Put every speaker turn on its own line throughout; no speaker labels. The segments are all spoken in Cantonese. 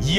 以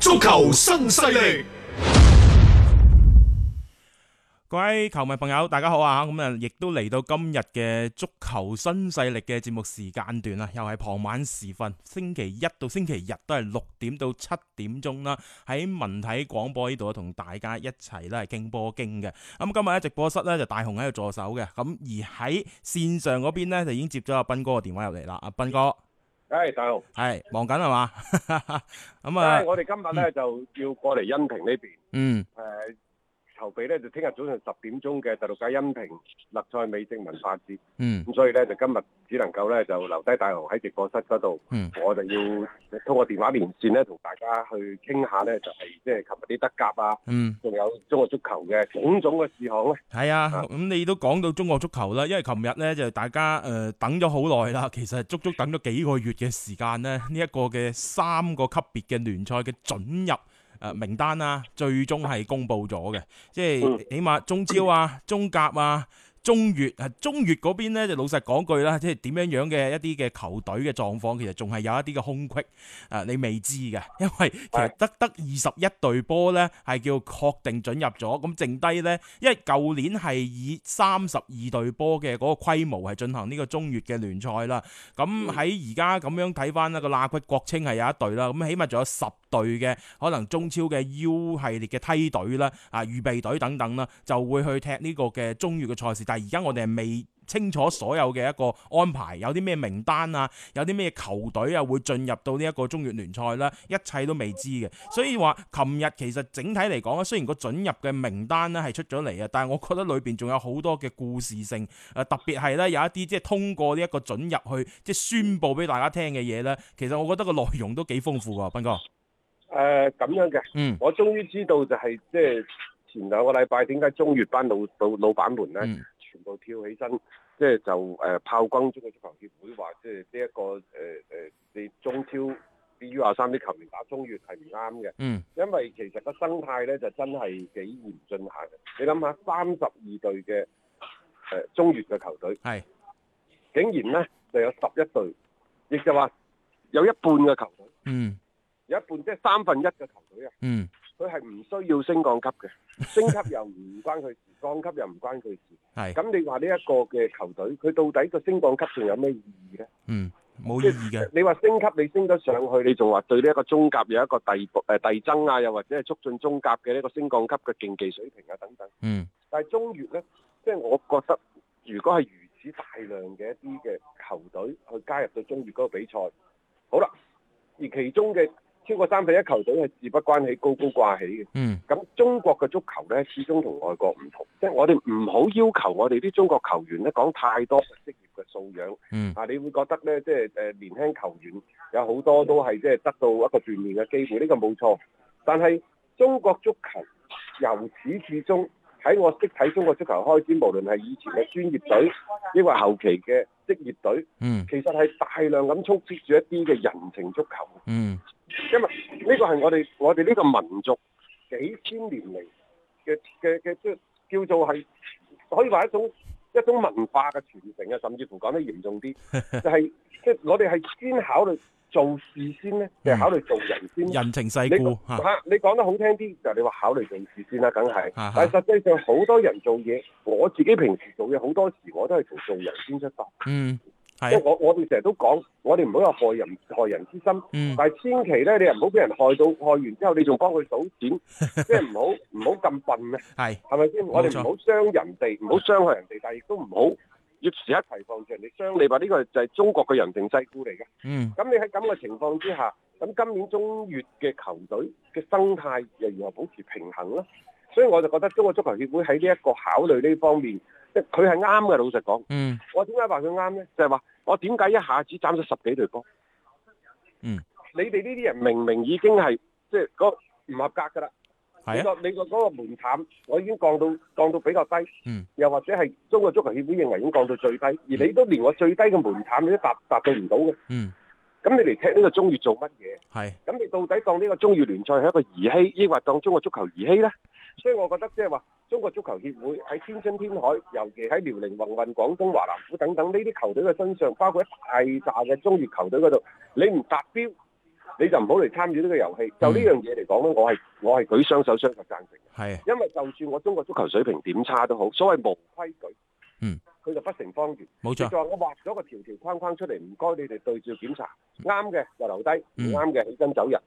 足球新勢力，
各位球迷朋友，大家好啊！咁啊，亦都嚟到今日嘅足球新勢力嘅節目時間段啊啦，又係傍晚時分，星期一到星期日都係六點到七點鐘啦，喺文體廣播呢度同大家一齊咧係傾波經嘅。咁今日喺直播室咧就大雄喺度助手嘅，咁而喺線上嗰邊咧就已經接咗阿斌哥嘅電話入嚟啦。阿斌哥
唉，大雄，
係忙緊係嘛？咁
唉，
啊，
我哋今日咧就要過嚟恩平呢邊，
嗯，
誒籌備咧就聽日早上十點鐘嘅第六屆恩平勒賽美正文化節，
嗯，
咁所以咧就今日只能夠咧就留低大雄喺直播室嗰度，
嗯
我哋要通過電話連線咧同大家去傾下咧就係即係琴日啲德甲啊，
嗯。
仲有中國足球嘅種種嘅事項咧，
係啊，
啊
咁你都講到中國足球啦，因為琴日咧就大家誒、呃等咗好耐啦， 其實足足等咗幾個月嘅時間咧，呢、一個嘅三個級別嘅聯賽嘅準入誒、呃名單啊，最終係公布咗嘅，即係
嗯
起碼中超 啊、中甲啊。中乙啊，中乙嗰邊咧就老實講句啦，即係點樣樣嘅一啲嘅球隊嘅狀況，其實仲係有一啲嘅空隙啊，你未知嘅，因為其實得得二十一隊波呢係叫確定準入咗，咁剩低呢，因為舊年係以三十二隊波嘅嗰個規模係進行呢個中乙嘅聯賽啦。咁喺而家咁樣睇翻啦，個罅骨國青係有一隊啦，咁起碼仲有十隊嘅可能中超嘅 U 系列嘅梯隊啦、啊預備隊等等啦，就會去踢呢個嘅中乙嘅賽事。但係而家我哋係未清楚所有嘅一個安排，有啲咩名單啊，有啲咩球隊啊會進入到呢一個中乙聯賽啦，一切都未知嘅。所以話，琴日其實整體嚟講咧，雖然個準入嘅名單咧係出咗嚟啊，但係我覺得裏邊仲有好多嘅故事性。誒、呃特別係咧有一啲即係通過呢一個準入去即係宣佈俾大家聽嘅嘢咧，其實我覺得個內容都幾豐富㗎，斌哥。
誒咁樣嘅，
嗯
我終於知道就係即係前兩個禮拜點解中乙班老老老闆們咧。
嗯
全部跳起身，即係就誒、呃炮轟中國足球協會話，即係呢一個誒誒、呃你中超啲 U 廿三啲球員打中乙係唔啱嘅，
嗯
因為其實個生態咧就真係幾嚴峻下嘅。你諗下，三十二隊嘅誒中乙嘅球隊，
嗯係
竟然咧就有十一隊，亦就話有一半嘅球隊，
嗯
有一半即係三分一嘅球隊啊，
嗯
佢係唔需要升降級嘅，升級又唔關佢事，降級又唔關佢事。
係
咁你話呢一個嘅球隊，佢到底個升降級仲有咩意義呢？
嗯冇意義嘅。
你話升級，你升得上去，你仲話對呢一個中甲有一個遞補誒遞增啊，又或者係促進中甲嘅呢個升降級嘅競技水平啊等等。
嗯
但係中乙呢，即係我覺得，如果係如此大量嘅一啲嘅球隊去加入到中乙嗰個比賽，好啦，而其中嘅超過三分一球隊係事不關己高高掛起嘅。
嗯
咁中國嘅足球呢，始終同外國唔同，即係我哋唔好要求我哋啲中國球員呢講太多嘅職業嘅素養。
嗯
啊，你會覺得呢，即係誒、呃年輕球員有好多都係即係得到一個鍛鍊嘅機會，呢、個冇錯。但係中國足球由始至終喺我識睇中國足球開始，無論係以前嘅專業隊，抑或後期嘅職業隊，
嗯
其實係大量咁充斥住一啲嘅人情足球。
嗯
因為呢個係我哋我哋呢個民族幾千年嚟嘅嘅嘅即係叫做係可以話一種一種文化嘅傳承啊，甚至乎講得嚴重 啲，就係即係我哋係先考慮做事先咧，定係考慮做人先
嗯
呢？
人啊情世
你
故嚇。
嚇你講得好聽啲，就係你話考慮做事先啦，梗係。
啊
但係實際上好多人做嘢，我自己平時做嘢好多時我都係從做人先出發。
嗯，係啊
即係我我哋成日都講，我哋唔好有害人害人之心，
嗯
但係千祈咧，你又唔好俾人害 到害完之後，你仲幫佢數錢，即係唔好唔好咁笨啊！
係
係咪先？我哋
冇錯
唔好傷人哋，唔好傷害人哋，但係亦都唔好要時刻提防住人哋傷你吧。呢個就係中國嘅人情世故嚟嘅。
嗯
咁你喺咁嘅情況之下，咁今年中越嘅球隊嘅生態又如何保持平衡呢？所以我就覺得中國足球協會喺呢一個考慮呢方面，即係佢係啱嘅。老實講，
嗯
我點解話佢啱呢？就係、話我點解一下子斬咗十幾隊波？
嗯，
你哋呢啲人明明已經係即係嗰唔合格㗎啦。你
係啊，
個你個嗰個門檻，我已經降到降到比較低，
嗯
又或者係中國足球協會認為已經降到最低，而你都連我最低嘅門檻你都達達到唔到嘅，
嗯
咁你嚟踢呢個中乙做乜嘢？
係
咁你到底當呢個中乙聯賽係一個兒戲，抑或當中國足球兒戲呢？所以我覺得即係話中國足球協會喺天津天海，尤其喺遼寧宏運、廣東華南虎等等呢啲球隊嘅身上，包括一大扎嘅中乙球隊嗰度，你唔達標你就唔好嚟參與呢個遊戲。就呢樣嘢嚟講呢，我係我係舉雙手雙腳贊成。
係
因為就算我中國足球水平點差都好，所謂無規矩，
嗯，
佢就不成方圓。
冇
就
錯，
話我畫咗個條條框框出嚟，唔該你哋對照檢查，啱嘅就留低，唔
嗯
啱嘅起身走人，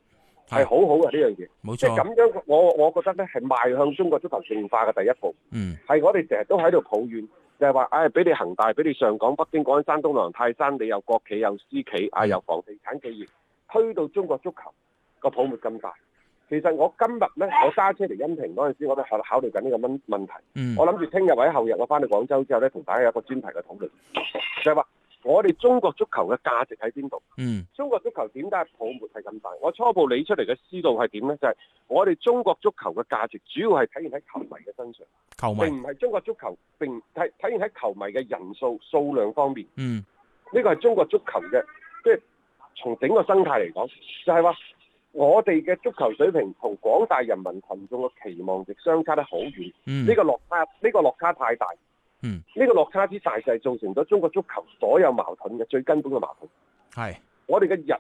係
係好好嘅呢樣嘢。
冇
即係
錯，
咁樣，我我覺得咧係邁向中國足球正化嘅第一步，
嗯
係我哋成日都喺度抱怨。就係話，唉、俾你恒大，俾你上港、北京、廣州、山東、狼、泰山，你有國企、有私
嗯
企，啊，有房地產企業，推到中國足球個泡沫咁大。其實我今日咧，我揸車嚟恩平嗰陣時，我都考考慮緊呢個問問題。
嗯
我諗住聽日或者後日我翻到廣州之後咧，同大家有一個專題嘅討論，就係話我哋中國足球嘅價值喺邊度？
嗯
中國足球點解泡沫係咁大？我初步理出嚟嘅思路係點呢？就係、我哋中國足球嘅價值主要係體現喺球迷嘅身上，
球迷
並唔係中國足球並體體現喺球迷嘅人數數量方面。
嗯
呢個係中國足球嘅，即係從整個生態嚟講，就係話我哋嘅足球水平同廣大人民群眾嘅期望值相差得好遠。
嗯
呢個落差，呢個落差太大。
嗯，
呢個落差之大就係造成咗中國足球所有矛盾嘅最根本嘅矛盾。
係
我哋嘅人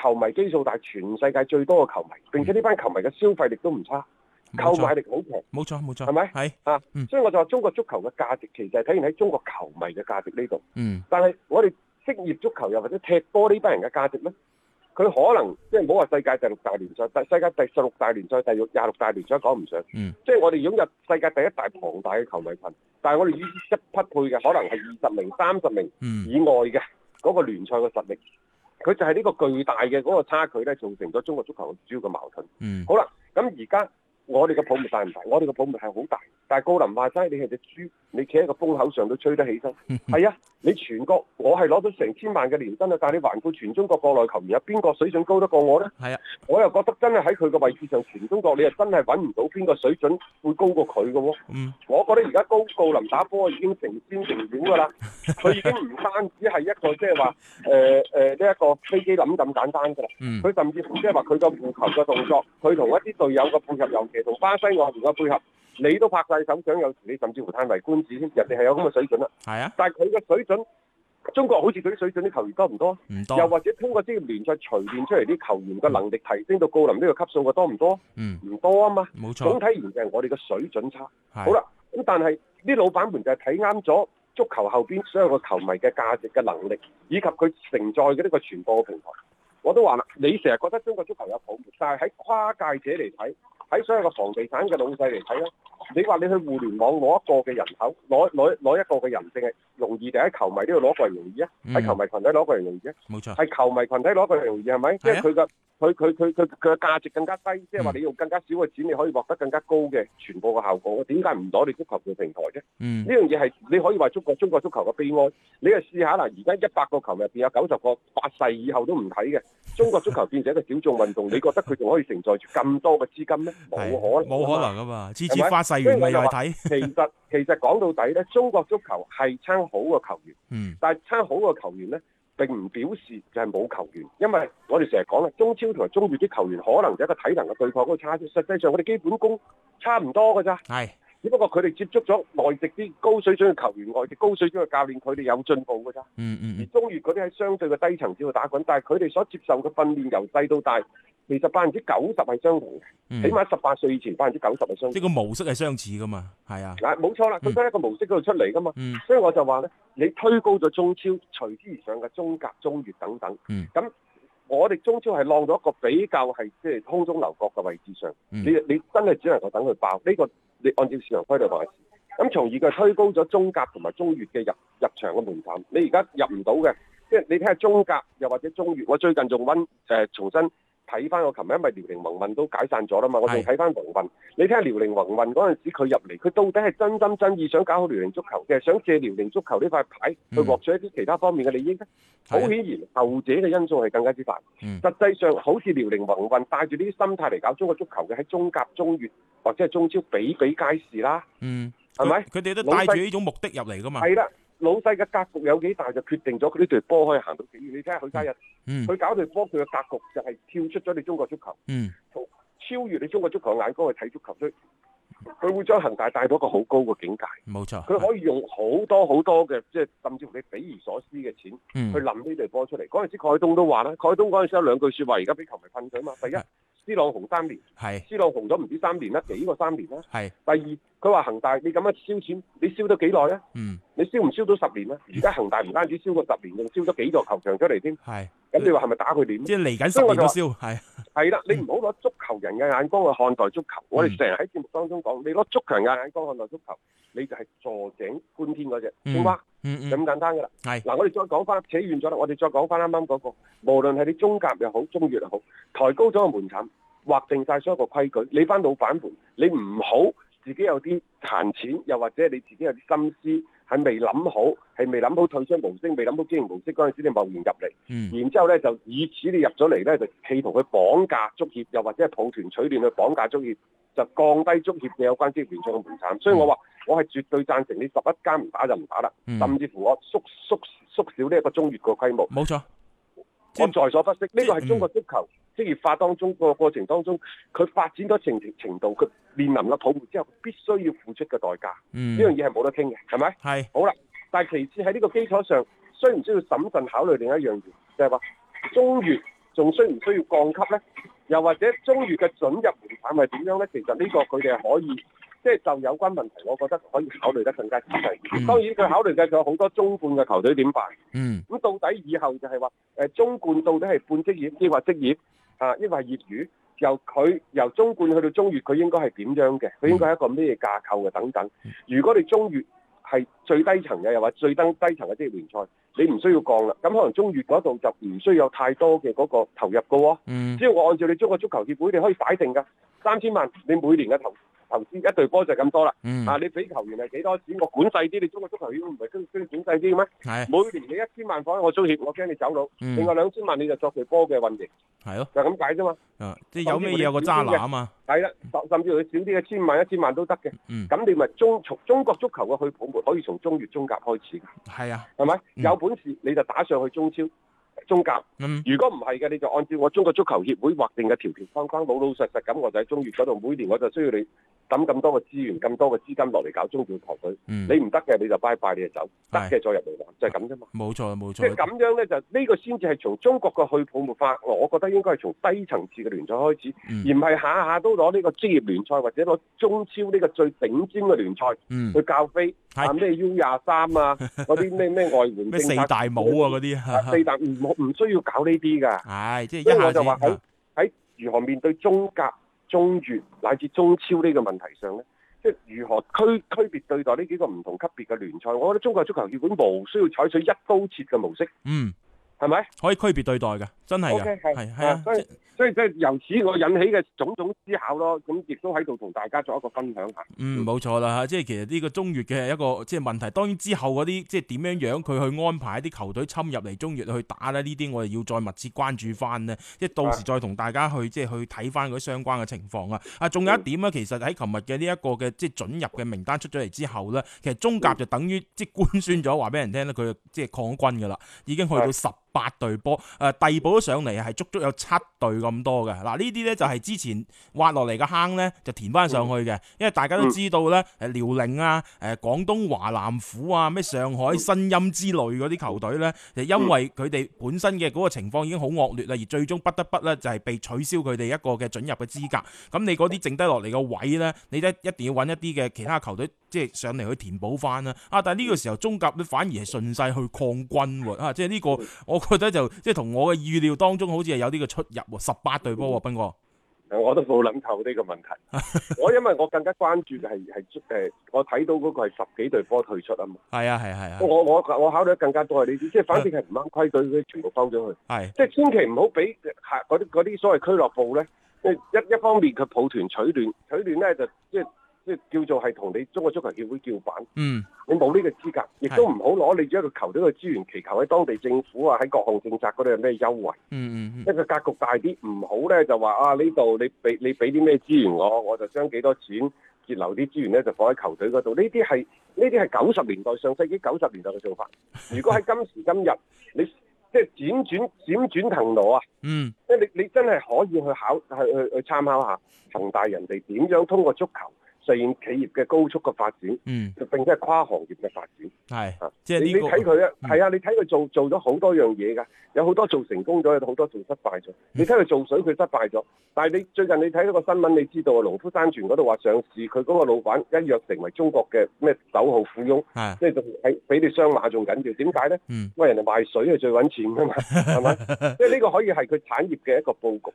球迷基數大，全世界最多嘅球迷，並且呢班球迷嘅消費力都唔差，購
嗯冇錯
買力好強
冇錯冇錯，
係咪
係
啊！
嗯
所以我就話中國足球嘅價值其實係體現喺中國球迷嘅價值呢度。
嗯
但係我哋職業足球又或者踢波呢班人嘅價值呢，佢可能即係唔好話世界第六大聯賽，但世界第十六大聯賽、第廿六大聯賽講唔上。
嗯
即係我哋擁有世界第一大龐大嘅球迷群，但係我哋與之匹配嘅可能係二十名、三十名
嗯
以外嘅嗰個聯賽嘅實力。佢就係呢個巨大嘅嗰個差距呢，造成咗中國足球嘅主要嘅矛盾。
嗯
好啦，咁而家我哋嘅泡沫大唔大？我哋嘅泡沫係好大，但係高林話齋，你係隻豬，你企喺個風口上都吹得 起身。係啊，你全國我係攞到成千萬嘅年薪啊，但係你環顧全中國國內球員，有邊個水準高得過我呢？
係啊，
我又覺得真係喺佢嘅位置上，全中國你又真係揾唔到邊個水準會高過佢嘅喎。
嗯
我覺得而家高郜林打波已經成仙成妖 㗎啦，佢已經唔單止係一個即係話誒誒呢一個飛機諗咁簡單㗎啦，
嗯
佢甚至乎即係話佢個護球嘅動作，佢同一啲隊友嘅配合，尤其同巴西外援嘅配合，你都拍晒手掌，有時你甚至乎歎為觀止添，人哋係有咁嘅水準啦。
係啊，
但係佢嘅水準，中國好似佢啲水準啲球員多唔多？
唔
又
多
或者通過職業聯賽錘煉出嚟啲球員嘅能力提升到郜林呢個級數嘅多唔多？
嗯
唔多啊嘛。
冇
總
錯，
體而言就係我哋嘅水準差。好
係
啦，咁但係啲老闆們就係睇啱咗足球後邊所有個球迷嘅價值嘅能力，以及佢承載嘅呢個傳播嘅平台。我都話啦，你成日覺得中國足球有泡沫，但係喺跨界者嚟睇，喺所有嘅房地產嘅老細嚟睇咧，啊你話你去互聯網攞一個嘅人口，攞攞攞一個嘅人性係容易定喺球迷呢度攞個人容易啊？喺球
嗯
迷群體攞個人容易啊？
冇錯，
係球迷群體攞個容易係
啊
咪？即係佢嘅佢佢佢佢佢嘅價值更加低，即係
嗯
話你用更加少嘅錢，你可以獲得更加高嘅傳播嘅效果。點解唔攞你足球嘅平台啫？
嗯
呢樣嘢係你可以話中國中國足球嘅悲哀。你就試下嗱，而家一百個球入邊有九十個八世以後都唔睇嘅，中國足球變成一個小眾運動，你覺得佢仲可以承載住咁多嘅資金咩？冇
係
可能，
冇可。能噶啊嘛，次次
係咪
花世完咪
所以
又
我就
係睇，
其實其實講到底咧，中國足球係撐好嘅球員。
嗯
但係差好嘅球員呢，並唔表示就係冇球員，因為我哋成日講啦，中超同埋中乙啲球員可能就一個體能嘅對抗嗰個差啫，實際上我哋基本功差唔多㗎咋，
係
只不過佢哋接觸咗外籍啲高水準嘅球員、外籍高水準嘅教練，佢哋有進步㗎咋。
嗯嗯
而
嗯
中乙嗰啲喺相對嘅低層次度打滾，但係佢哋所接受嘅訓練由細到大，其實百分之九十係相同嘅，
嗯
起碼十八歲以前百分之九十係相
即係個
同。
模式係相似噶嘛，係啊，
嗱，冇錯啦，佢都係一個模式嗰度出嚟噶嘛。
嗯
所以我就話咧，你推高咗中超，隨之而上嘅中甲、中乙等等。
嗯
咁我哋中超係浪到一個比較係即係空中樓閣嘅位置上，
嗯
你你真係只能夠等佢爆。呢、個你按照市場規律話事。咁從而佢推高咗中甲同埋中乙嘅入入場嘅門檻。你而家入唔到嘅，即係你睇下中甲又或者中乙。我最近仲温誒重新睇翻我琴日，因為遼寧宏運都解散咗啦嘛，我仲
係
睇翻宏運。你睇下遼寧宏運嗰陣時，佢入嚟，佢到底係真心真意想搞好遼寧足球嘅，想借遼寧足球呢塊牌去獲取一啲其他方面嘅利益咧？好
嗯係啊
顯然，後者嘅因素係更加之大。
嗯
實際上，好似遼寧宏運帶住呢啲心態嚟搞中國足球嘅，喺中甲、中乙或者係中超比比皆是啦。
嗯，
係咪
佢佢哋都帶住呢種目的入嚟噶嘛，
係啦、老細嘅格局有幾大，就決定咗佢呢隊波可以行到幾遠。你睇下許家印，
嗯
佢搞隊波，佢嘅格局就係跳出咗你中國足球。
嗯
超越你中國足球嘅眼光去睇足球，所以佢會將恒大帶到一個好高嘅境界。
冇錯，
佢可以用好多好多嘅，即係甚至乎你匪夷所思嘅錢去
嗯
諗呢隊波出嚟。嗰陣時蓋東都話啦，蓋東嗰陣時有兩句説話，而家俾球迷噴佢啊嘛。第
係
一，斯朗紅三年，
係
斯朗紅咗唔止三年啦，幾個三年啦。
係
第二，佢話恒大你咁樣燒錢，你燒咗幾耐啊？
嗯
你燒唔燒到十年啊？而家恒大唔單止燒過十年，仲燒咗幾座球場出嚟添。
係，
咁你話係咪打佢臉？
即係嚟緊十
嗯所以我
年
就
都
話
燒，係
係啦，你唔好攞足球人嘅眼光去看待足球。
嗯
我哋成日喺節目當中講，你攞足球人嘅眼光看待足球，你就係坐井觀天嗰只
嗯
青蛙
嗯嗯
咁簡單㗎啦。
係
嗱，我哋再講翻，扯遠咗啦。我哋再講翻啱啱嗰個，無論係你中甲又好，中乙又好，抬高咗個門檻，劃定晒所有個規矩。你翻老闆盤，你唔好自己有啲閒錢，又或者你自己有啲心思係未諗好，係未諗好退出模式，未諗好經營模式嗰陣時，你貿然入嚟。
嗯
然之後咧就以此你入咗嚟咧，就企圖去綁架足協，又或者係抱團取暖去綁架足協，就降低足協嘅有關職業聯賽嘅門檻。所以我話我係絕對贊成你十一間唔打就唔打啦，
嗯
甚至乎我縮縮縮小呢一個中乙個規模。
冇錯，即
我在所不惜，呢個
嗯
係中國足球職業化當中個過程當中，佢發展咗程程度，佢面臨咗泡沫之後，必須要付出嘅代價。
嗯
呢樣嘢係冇得傾嘅，係咪？
係
好啦，但係其次喺呢個基礎上，需唔需要審慎考慮另一樣嘢，就係、話中乙仲需唔需要降級呢？又或者中乙嘅準入門檻係點樣呢？其實呢個佢哋係可以。即係就有關問題，我覺得可以考慮得更加仔細。當然，佢考慮嘅仲有好多中冠嘅球隊點辦。
嗯
咁到底以後就係話誒中冠到底係半職業，抑或職業啊，抑或業餘？由佢由中冠去到中乙，佢應該係點樣嘅？佢應該係一個咩架構嘅等等。
嗯
如果你中乙係最低層嘅，又或者最低低層嘅職業聯賽，你唔需要降啦。咁可能中乙嗰度就唔需要有太多嘅嗰個投入嘅喎、
嗯
只要我按照你中國足球協會，你可以擺定㗎三千萬，你每年嘅投投資一隊波就係咁多啦。
嗯
啊，你俾球員係幾多錢？我管細啲，你中國足球協會唔係需需要管細啲嘅咩？
係
每年你一千萬放喺我租協，我驚你走佬。
嗯
另外兩千萬你就作隊波嘅運營，
係咯，
就咁解啫嘛。
啊即係有咩嘢有個渣男啊嘛，
係啦，甚甚至乎你少啲一千萬、一千萬都得嘅。
嗯
咁你咪中從中國足球嘅去泡沫，可以從中乙、中甲開始㗎，
係啊，
係咪？
嗯
有本事你就打上去中超、中甲。
嗯
如果唔係嘅，你就按照我中國足球協會劃定嘅條條框框，老老實實咁，我就喺中乙嗰度，每年我就需要你抌咁多嘅資源、咁多嘅資金落嚟搞中乙球隊。
嗯，
你唔得嘅你就拜拜，你就走；得
係
嘅再入嚟玩，就係咁啫嘛。
冇錯冇
即
錯，
係咁樣咧，就呢個先至係從中國嘅去泡沫化，我覺得應該係從低層次嘅聯賽開始，
嗯
而唔係下下都攞呢個職業聯賽或者攞中超呢個最頂尖嘅聯賽
嗯
去教飛
係
啊咩 U 廿三 啊，嗰啲咩咩外援
咩四
政策
大帽啊嗰啲
啊四大唔唔需要搞呢啲㗎。
唉，即係
所以
一
我
下
就
子啊
話喺喺如何面對中甲、中乙乃至中超呢個問題上咧，即係如何區區別對待呢幾個唔同級別嘅聯賽，我覺得中國足球協會無需要採取一刀切嘅模式，
嗯
係咪
可以區別對待嘅，真係嘅，
？OK 係
係係啊，
所以所以即係由此我引起嘅種種思考咯，咁亦都喺度同大家做一個分享下。
嗯，冇錯啦嚇，即係其實呢個中越嘅一個即係問題。當然之後嗰啲即係點樣樣佢去安排啲球隊侵入嚟中越去打咧，呢啲我哋要再密切關注翻呢。即係到時再同大家去即係去睇翻嗰啲相關嘅情況啊。啊，仲有一點啊，其實喺琴日嘅呢一個嘅即係準入嘅名單出咗嚟之後呢，其實中甲就等於即係官宣咗話俾人聽咧，佢就即係擴軍㗎啦，已經去到十八隊波，誒、遞補咗上嚟係足足有七隊咁多嘅。嗱、呢啲呢就係之前挖落嚟嘅坑呢，就填翻上去嘅，因為大家都知道呢，誒遼寧啊、誒廣東華南虎啊、咩上海新音之類嗰啲球隊呢，就因為佢哋本身嘅嗰個情況已經好惡劣啦，而最終不得不呢，就係被取消佢哋一個嘅准入嘅資格。咁你嗰啲剩低落嚟嘅位呢，你咧一定要揾一啲嘅其他球隊，即係上嚟去填補翻啦。啊，但係呢個時候中甲咧反而係順勢去擴軍喎，啊，即係呢個
嗯
我覺得就即係同我嘅預料當中好似係有啲嘅出入喎，十八隊
嗯
波喎，斌哥。
我都冇諗透呢個問題。我因為我更加關注嘅係係誒，我睇到嗰個係十幾隊波退出啊嘛。
係啊，係啊係啊，
我我我考慮得更加多係呢啲，即係反正係唔啱規矩，佢全部收咗佢。
係
即係千祈唔好俾下嗰啲嗰啲所謂俱樂部咧，一一方面佢抱團取暖，取暖咧就即係即係叫做係同你中國足球協會叫板，
嗯
你冇呢個資格，亦都唔好攞你一個球隊嘅資源，祈求喺當地政府啊喺各項政策嗰度有咩優惠。
嗯嗯嗯，
一個格局大啲，唔好咧就話啊呢度你俾你俾啲咩資源我，我就將幾多錢截留啲資源咧就放喺球隊嗰度。呢啲係呢啲係九十年代上世紀九十年代嘅做法。如果喺今時今日，你即係輾轉輾轉騰挪啊！
嗯
即係你你真係可以去考去去去參考下恒大人哋點樣通過足球實現企業嘅高速嘅發展，
嗯
並且係跨行業嘅發展。
係
啊，
即係
你你
呢
睇
個
佢啊，
嗯
係啊，你睇佢做做咗好多樣嘢㗎，有好多做成功咗，有好多做失敗咗。
嗯
你睇佢做水，佢失敗咗。但係你最近你睇到個新聞，你知道啊，農夫山泉嗰度話上市，佢嗰個老闆一躍成為中國嘅咩首號富翁，
係
即係仲係比你雙馬仲緊要。點解咧？
嗯
喂，人哋賣水係最揾錢㗎嘛，係咪？即係呢個可以係佢產業嘅一個佈局。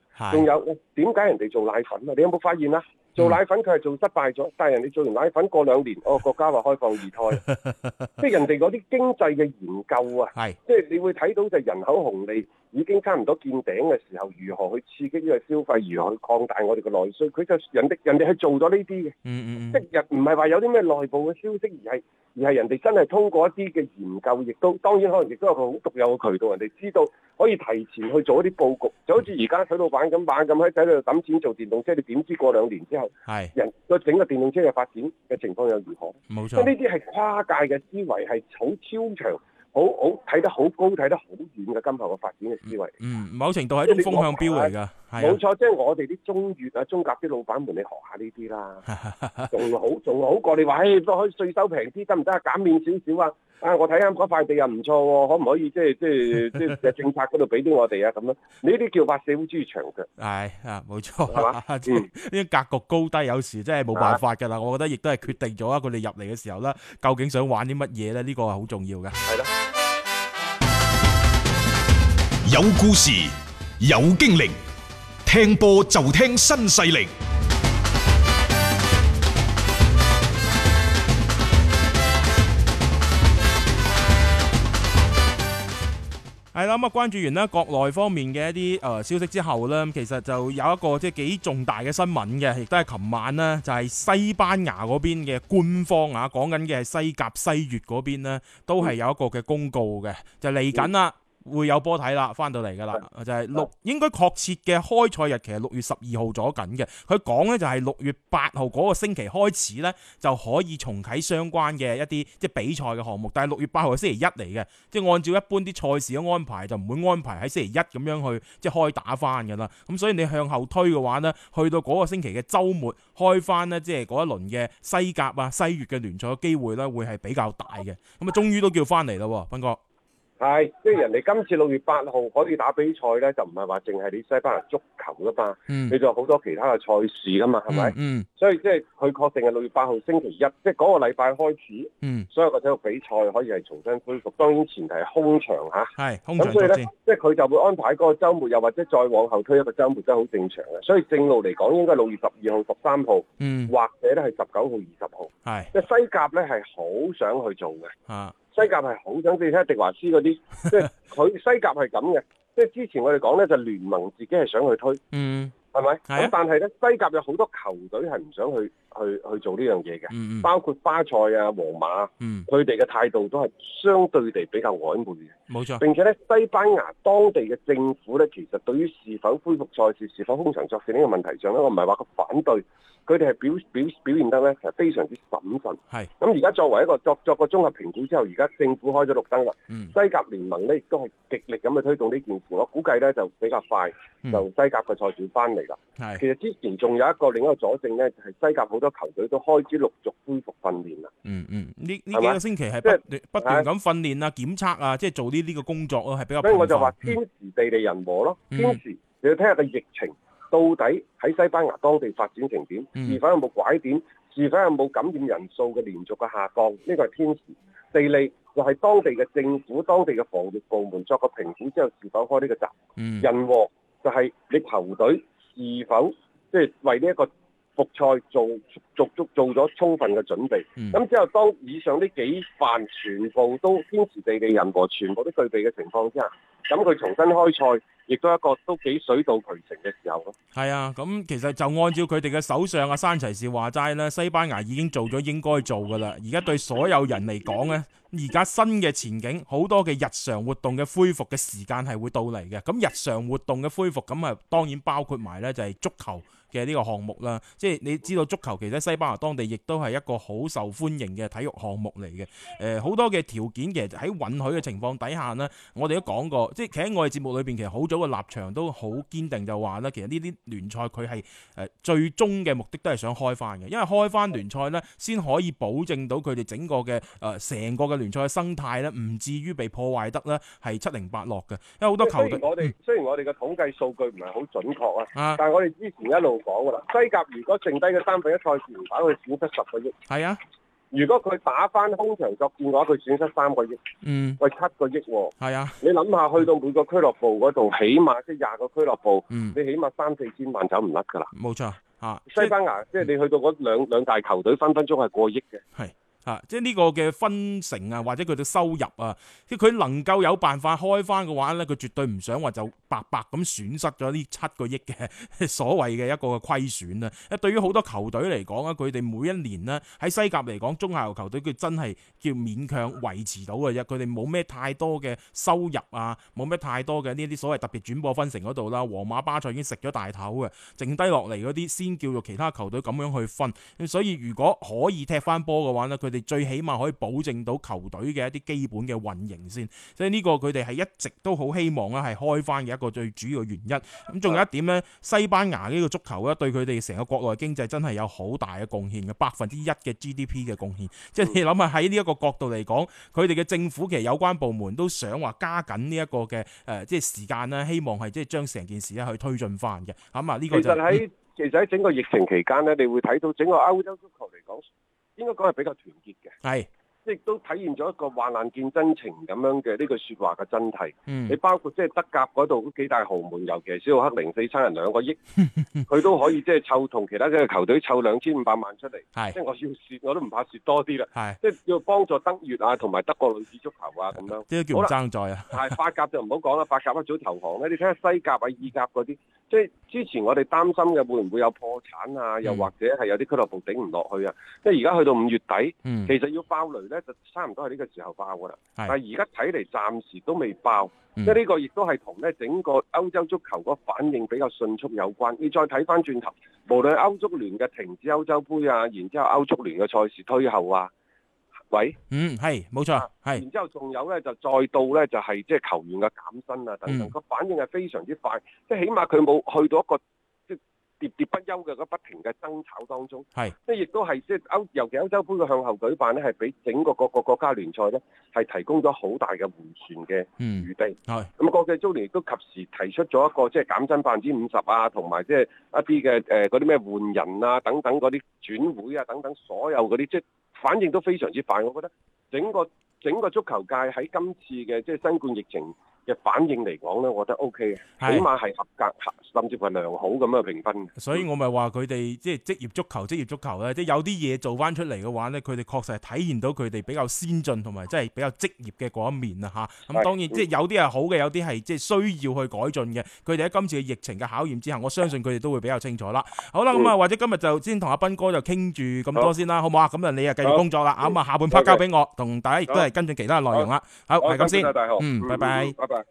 係
仲有點解人哋做奶粉啊？你有冇發現啊？做奶粉佢係做失敗咗，但係人哋做完奶粉過兩年，哦國家話開放二胎，即係人哋嗰啲經濟嘅研究啊，
係
即係你會睇到就係人口紅利已經差唔多見頂嘅時候，如何去刺激呢個消費，如何去擴大我哋嘅內需，佢就人哋人哋係做咗呢啲嘅，
嗯嗯
即
嗯
係人唔係話有啲咩內部嘅消息，而係而係人哋真係通過一啲嘅研究，亦都當然可能亦都有個好獨有嘅渠道，人哋知道。可以提前去做一啲佈局，就好似而家水老闆咁玩咁喺仔度抌錢做電動車，你點知過兩年之後，
係
人個整個電動車嘅發展嘅情況又如何？
冇
即係呢
錯，
啲係跨界嘅思維，係好超長、好好睇得好高、睇得好遠嘅今後嘅發展嘅思維。
嗯某程度係一種風向標嚟㗎，
冇
係啊
錯，即係我哋啲中乙啊、中甲啲老闆們，你學下呢啲啦，
啊，
仲好仲好過你話，誒都可以税收平啲得唔得啊？減免少少啊！啊，我睇啱嗰塊地又唔錯喎，可唔可以即係即係即係政策嗰度俾啲我哋啊？咁樣呢啲叫發社會主義長腳。
係啊，冇錯
係嘛，
即係呢個格局高低有時真係冇辦法㗎啦。我覺得亦都係決定咗佢哋入嚟嘅時候啦，究竟想玩啲乜嘢咧？呢個係好重要嘅。
有故事，有經歷，聽波就聽新勢力。
係啦，咁啊關注完啦國內方面嘅一啲誒、呃消息之後呢，其實就有一個即係幾重大嘅新聞嘅，亦都係琴晚呢，就係、西班牙嗰邊嘅官方啊，講緊嘅係西甲西乙嗰邊呢，都係有一個嘅公告嘅，就嚟緊啦。會有波睇啦，翻到嚟噶啦，就係六應該確切嘅開賽日期係六月十二號咗緊嘅。佢講呢就係六月八號嗰個星期開始呢，就可以重啟相關嘅一啲即係比賽嘅項目，但係六月八號係星期一嚟嘅，即係按照一般啲賽事嘅安排就唔會安排喺星期一咁樣去即係開打翻㗎啦。咁所以你向後推嘅話呢，去到嗰個星期嘅週末開翻呢，即係嗰一輪嘅西甲啊、西乙嘅聯賽嘅機會呢，會係比較大嘅。咁啊，終於都叫翻嚟啦喎，斌哥。
係，即係人哋今次六月八號可以打比賽咧，就唔係話淨係你西班牙足球噶嘛，
嗯
你仲有好多其他嘅賽事噶嘛，係咪？
嗯
所以即係佢確定係六月八號星期一，即係嗰個禮拜開始，
嗯，
所有嘅體育比賽可以係重新恢復，當然前提係空場嚇。
係嗯空場
咁所
作
以咧
戰。，
即係佢就會安排嗰個週末，又或者再往後推一個週末，真係好正常嘅。所以正路嚟講，應該六月十二號、十三號，
嗯，
或者咧係十九號、二十號。
係
即係西甲咧係好想去做嘅。
啊，
西甲係好想，你睇下迪華斯嗰啲， 即係佢西甲係咁嘅。即係之前我哋講咧，就聯盟自己係想去推，
嗯
係咪？
係啊
咁但係咧，西甲有好多球隊係唔想去去去做呢樣嘢嘅，
嗯嗯
包括巴塞啊、皇馬，
嗯，
佢哋嘅態度都係相對地比較曖昧嘅。
冇錯，
並且咧，西班牙當地嘅政府咧，其實對於是否恢復賽事、是否空場作戰呢個問題上咧，我唔係話佢反對，佢哋係表表表現得咧係非常之審慎。
係
咁而家作為一個作作個綜合評估之後，而家政府開咗綠燈啦。
嗯
西甲聯盟咧亦都係極力咁去推動呢件事，我估計咧就比較快
嗯
就西甲嘅賽事翻嚟啦。
係
其實之前仲有一個另一個佐證咧，就係、西甲好多球隊都開始陸續恢復訓練啦。
嗯嗯，呢呢幾
係嘛
個星期係
即係
不斷不斷咁訓練啊、檢測啊，即係做呢呢個工作咯，係比較
所以我就
頻繁
話天時地利人和咯，
嗯
天時你要睇下個疫情到底喺西班牙當地發展成點，
嗯
是否有冇拐點，是否有冇感染人數嘅連續嘅下降，呢個係天時。地利就係當地嘅政府、當地嘅防疫部門作個評估之後，是否開呢個閘。
嗯
人和就係你球隊是否即係為呢一個復賽做做足做咗充分嘅準備。
嗯
咁之後，當以上呢幾範全部都天時地利人和，全部都具備嘅情況之下，咁佢重新開賽，亦都係一個都幾水到渠成嘅時候咯。
係啊，咁其實就按照佢哋嘅首相阿山齊士話齋啦，西班牙已經做咗應該做噶啦。而家對所有人嚟講呢，而家新嘅前景，好多嘅日常活動嘅恢復嘅時間係會到嚟嘅。咁日常活動嘅恢復，咁啊當然包括埋呢就係足球嘅呢個項目啦。即係你知道足球其實喺西班牙當地亦都係一個好受歡迎嘅體育項目嚟嘅。誒、呃好多嘅條件其實喺允許嘅情況底下呢，我哋都講過，即係企喺我哋節目裏邊，其實好早嘅立場都好堅定，就話咧，其實呢啲聯賽佢係誒最終嘅目的都係想開翻嘅，因為開翻聯賽呢，先可以保證到佢哋整個嘅誒成個嘅聯賽嘅生態呢，唔至於被破壞得呢係七零八落嘅，因為好多球
雖然我
隊
哋雖然我哋嘅統計數據唔係好準確啊，
嗯啊，
但係我哋之前一路講噶啦，西甲如果剩低嘅三分一賽事唔打，佢損失十個億；
係啊，
如果佢打翻空場作戰嘅話，佢損失三個億，
嗯，
喂七個億喎、
係啊，
你諗下，去到每個俱樂部嗰度，起碼即係廿個俱樂部，
嗯，
你起碼三四千萬走唔甩㗎啦。
冇錯啊，即係
西班牙即係你去到嗰兩兩大球隊，分分鐘係過億嘅。
啊，即係呢個嘅分成啊，或者佢嘅收入啊，即係佢能夠有辦法開翻嘅話呢，佢絕對唔想話就白白咁損失咗呢七個億嘅 所謂嘅一個嘅虧損啊！啊，對於好多球隊嚟講啊，佢哋每一年呢，喺西甲嚟講，中下游球隊佢真係叫勉強維持到嘅啫，佢哋冇咩太多嘅收入啊，冇咩太多嘅呢啲所謂特別轉播分成嗰度啦，皇馬、巴塞已經食咗大頭嘅，剩低落嚟嗰啲先叫做其他球隊咁樣去分。咁所以如果可以踢翻波嘅話呢佢哋最起碼可以保證到球隊嘅一啲基本嘅運營先。所以呢個佢哋係一直都好希望啦，係開翻嘅一個最主要嘅原因。咁仲有一點呢，西班牙呢個足球咧對佢哋成個國內經濟真係有好大嘅貢獻嘅，百分之一嘅 GDP 嘅貢獻。即係你諗下喺呢一個角度嚟講，佢哋嘅政府其實有關部門都想話加緊呢一個嘅誒、呃即係時間啦，希望係即係將成件事咧去推進翻嘅。咁啊呢
其
個就
實喺其實喺整個疫情期間咧，你會睇到整個歐洲足球嚟講，應該講係比較團結嘅，
係
即係都體現咗一個患難見真情咁樣嘅呢句説話嘅真諦。
嗯
你包括即係德甲嗰度嗰幾大豪門，尤其係小克零四差人兩個 億，佢都可以即係湊同其他嘅球隊湊兩千五百萬出嚟。
係
即係我要蝕，我都唔怕蝕多啲啦。
係，
即係要幫助德乙啊，同埋德國女子足球啊咁樣。
即係叫唔
好啦
爭在啊。
但係法甲就唔好講啦，法 甲一早投降咧。你睇下西甲啊、意甲嗰啲，即係之前我哋擔心嘅會唔會有破產啊，又
嗯
或者係有啲俱樂部頂唔落去啊。即係而家去到五月底，
嗯
其實要爆雷咧，就差唔多係呢個時候爆㗎啦。
係
但係而家睇嚟暫時都未爆，
嗯
即係呢個亦都係同咧整個歐洲足球個反應比較迅速有關。你再睇翻轉頭，無論歐足聯嘅停止歐洲杯啊，然之後歐足聯嘅賽事推後啊，喂。
嗯，係冇錯，係
然之後仲有咧，就再到咧就係即係球員嘅減薪啊等
嗯
等，個、反應係非常之快，即係起碼佢冇去到一個即係喋喋不休嘅嗰不停嘅爭吵當中。
係
即係亦都係即係歐，尤其歐洲杯嘅向後舉辦咧，係俾整個各個國家聯賽咧係提供咗好大嘅迴旋嘅
嗯
餘地。
係
咁國際足聯亦都及時提出咗一個即係減薪百分之五十啊，同埋即係一啲嘅誒嗰啲咩換人啊等等嗰啲轉會啊等等所有嗰啲即係反應都非常之快，我覺得整個整個足球界喺今次嘅即係新冠疫情嘅反應嚟講咧，我覺得 O K 嘅，
係
起碼係合格，甚至乎係良好咁嘅評分嘅。
所以我咪話佢哋即係職業足球、職業足球咧，即係有啲嘢做翻出嚟嘅話咧，佢哋確實係體現到佢哋比較先進同埋即係比較職業嘅嗰一面啦吓，咁
係
當然
嗯
即係有啲係好嘅，有啲係即係需要去改進嘅。佢哋喺今次嘅疫情嘅考驗之下，我相信佢哋都會比較清楚啦。好啦，咁
嗯
啊，或者今日就先同阿斌哥就傾住咁多先啦，好唔好啊？咁啊，你啊繼續
好
工作啦，咁啊下半
好
part
嘅
交俾我，同大家亦都係跟進其他嘅內容啦。好，
好
係咁
辛苦
先
晒大雄，
嗯，拜拜。
拜拜。